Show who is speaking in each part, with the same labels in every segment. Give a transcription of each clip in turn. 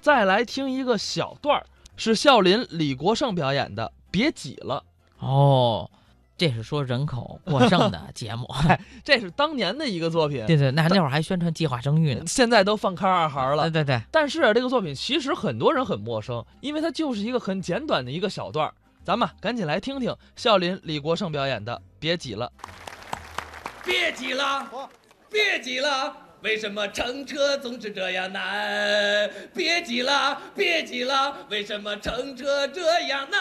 Speaker 1: 再来听一个小段儿，是孝林李国盛表演的《别挤了
Speaker 2: 哦，这是说人口过剩 的节目，》，
Speaker 1: 这是当年的一个作品，
Speaker 2: 对对，那那会儿还宣传计划生育呢，
Speaker 1: 现在都放开二孩了
Speaker 2: 对。对对，
Speaker 1: 但是啊这个作品其实很多人很陌生，因为它就是一个很简短的一个小段儿。咱们啊赶紧来听听孝林李国盛表演的《别挤了》。
Speaker 3: 别挤了，别挤了，为什么乘车总是这样难？别挤了，别挤了，为什么乘车这样难？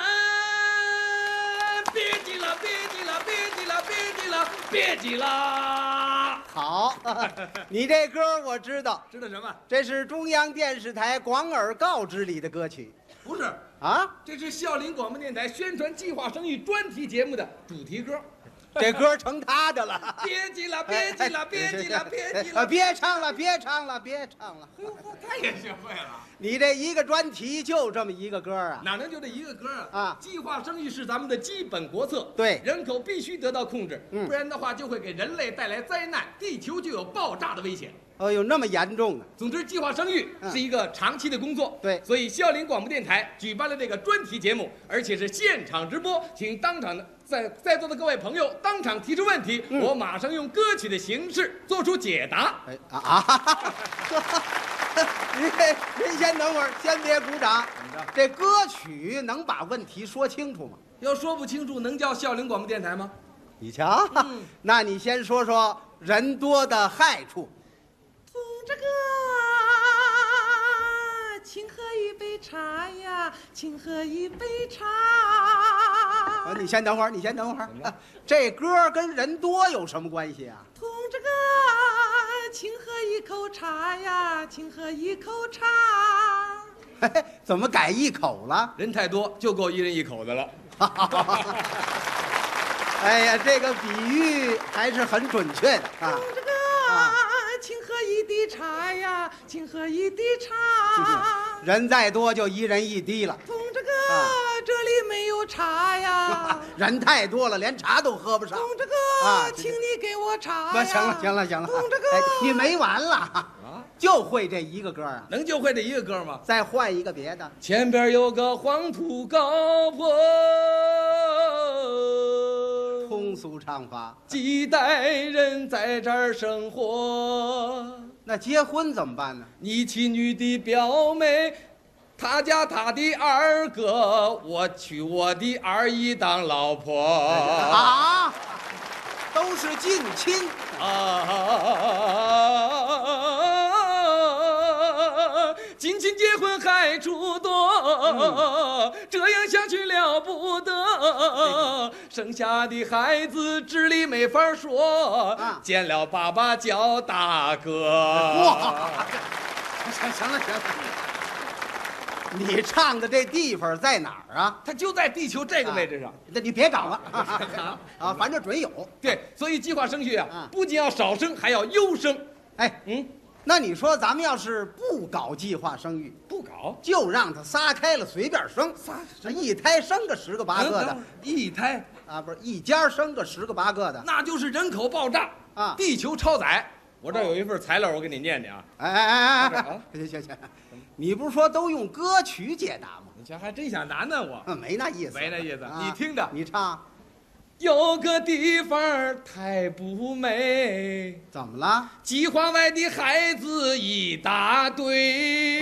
Speaker 3: 别挤了，别挤了，别挤了，别挤了，别挤了。
Speaker 4: 好， 你这歌我知道，
Speaker 3: 知道什么？
Speaker 4: 这是中央电视台《广而告之》里的歌曲
Speaker 3: 不是，
Speaker 4: 啊。
Speaker 3: 这是孝陵广播电台宣传计划生育专题节目的主题歌。
Speaker 4: 这歌成他的了。哎
Speaker 3: 别挤了， 别挤了，别挤了，别挤
Speaker 4: 啊！
Speaker 3: 了。
Speaker 4: 别唱了，别唱了，别唱了。
Speaker 3: 他也学会了。
Speaker 4: 你这一个专题就这么一个歌啊？
Speaker 3: 哪能就这一个歌啊？
Speaker 4: 啊
Speaker 3: 计划生育是咱们的基本国策，
Speaker 4: 对
Speaker 3: 人口必须得到控制，
Speaker 4: 嗯
Speaker 3: 不然的话就会给人类带来灾难，地球就有爆炸的危险。
Speaker 4: 哎呦，那么严重啊！
Speaker 3: 总之，计划生育
Speaker 4: 嗯
Speaker 3: 是一个长期的工作，
Speaker 4: 对
Speaker 3: 所以孝陵广播电台举办了这个专题节目，而且是现场直播，请当场的在在座的各位朋友当场提出问题，
Speaker 4: 嗯
Speaker 3: 我马上用歌曲的形式做出解答。
Speaker 4: 哎啊啊！ 您这您先等会儿，先别鼓掌。这歌曲能把问题说清楚吗？
Speaker 3: 要说不清楚，能叫孝陵广播电台吗？
Speaker 4: 你瞧，
Speaker 3: 嗯
Speaker 4: 那你先说说人多的害处。
Speaker 5: 从这个，请喝一杯茶呀，请喝一杯茶。
Speaker 4: 啊，你先等会儿，你先等会儿。啊 这歌跟人多有什么关系啊？
Speaker 5: 同志哥，请喝一口茶呀，请喝一口茶。
Speaker 4: 嘿嘿怎么改一口了？
Speaker 3: 人太多，就够一人一口的了。
Speaker 4: 哎呀，这个比喻还是很准确的啊
Speaker 5: 同。志哥，
Speaker 4: 啊
Speaker 5: 请喝一滴茶呀，请喝一滴茶。
Speaker 4: 人再多就一人一滴了，
Speaker 5: 同志哥，
Speaker 4: 啊
Speaker 5: 这里没有茶呀。
Speaker 4: 人太多了，连茶都喝不上
Speaker 5: 同。志哥，
Speaker 4: 啊
Speaker 5: 请你给我茶
Speaker 4: 那
Speaker 5: 呀。
Speaker 4: 行了，行了，行了。
Speaker 5: 同志哥，
Speaker 4: 哎，你没完
Speaker 5: 啊
Speaker 4: 了，就会这一个歌啊？
Speaker 3: 能就会这一个歌吗？
Speaker 4: 再换一个别的。
Speaker 3: 前边有个黄土高坡，
Speaker 4: 通俗唱法，
Speaker 3: 几代人在这儿生活。
Speaker 4: 那结婚怎么办呢？
Speaker 3: 你亲女的表妹，他家他的二哥，我娶我的二姨当老婆。 啊
Speaker 4: 啊，都是近亲。
Speaker 3: 近亲结婚还出多，这样下去了不得，生下的孩子智力没法说
Speaker 4: 啊，
Speaker 3: 见了爸爸叫大哥。
Speaker 4: 哇，行行了行了，你唱的这地方在哪儿啊？
Speaker 3: 他就在地球这个位置上。
Speaker 4: 那你别 找了啊，反正准有。
Speaker 3: 对，所以计划生育啊
Speaker 4: 啊，
Speaker 3: 不仅要少生，还要优生。
Speaker 4: 哎，
Speaker 3: 嗯，
Speaker 4: 那你说咱们要是不搞计划生育，
Speaker 3: 不搞
Speaker 4: 就让他撒开了随便生，撒一胎生个十个八个的
Speaker 3: 嗯等会儿一胎，
Speaker 4: 啊，不是一家生个十个八个的。
Speaker 3: 那就是人口爆炸
Speaker 4: 啊
Speaker 3: 地球超载。我这儿有一份材料，我给你念念啊。
Speaker 4: 哎哎哎哎哎
Speaker 3: 啊，
Speaker 4: 行行行，你不是说都用歌曲解答吗？
Speaker 3: 你瞧，还真想难呢我。
Speaker 4: 哼没那意思，
Speaker 3: 没那意思
Speaker 4: 啊
Speaker 3: 你听着
Speaker 4: 你唱
Speaker 3: 有个地方儿太不美，
Speaker 4: 怎么了？
Speaker 3: 计划外的孩子一大 堆。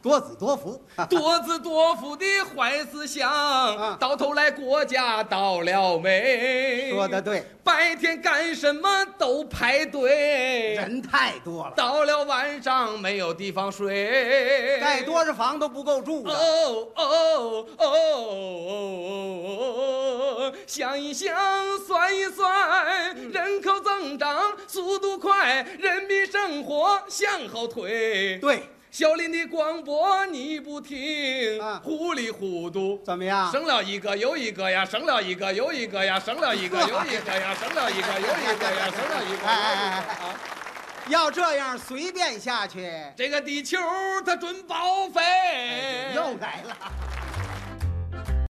Speaker 4: 多子多福，
Speaker 3: 多子多福的坏思想，
Speaker 4: 嗯
Speaker 3: 到头来国家倒了霉。
Speaker 4: 说得对，
Speaker 3: 白天干什么都排队，
Speaker 4: 人太多了，
Speaker 3: 到了晚上没有地方睡。
Speaker 4: 盖多少房都不够住
Speaker 3: 哦
Speaker 4: 啊！
Speaker 3: 哦哦哦哦！想一想，算一算，人口增长速度快，人民生活向后退。
Speaker 4: 对，
Speaker 3: 小林的广播你不听，
Speaker 4: 啊
Speaker 3: 糊里糊涂。
Speaker 4: 怎么样？
Speaker 3: 省了一个又一个呀，省了一个又一个呀，省了一个又一个呀，省了一个又一个呀，省了一个
Speaker 4: 哎
Speaker 3: 又
Speaker 4: 哎哎
Speaker 3: 一个啊！
Speaker 4: 要这样
Speaker 3: 哎
Speaker 4: 随便下去，
Speaker 3: 这个地球它准报废，
Speaker 4: 哎又来了。